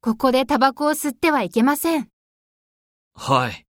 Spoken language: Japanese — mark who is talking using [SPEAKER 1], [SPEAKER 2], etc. [SPEAKER 1] ここでタバコを吸ってはいけません。
[SPEAKER 2] はい。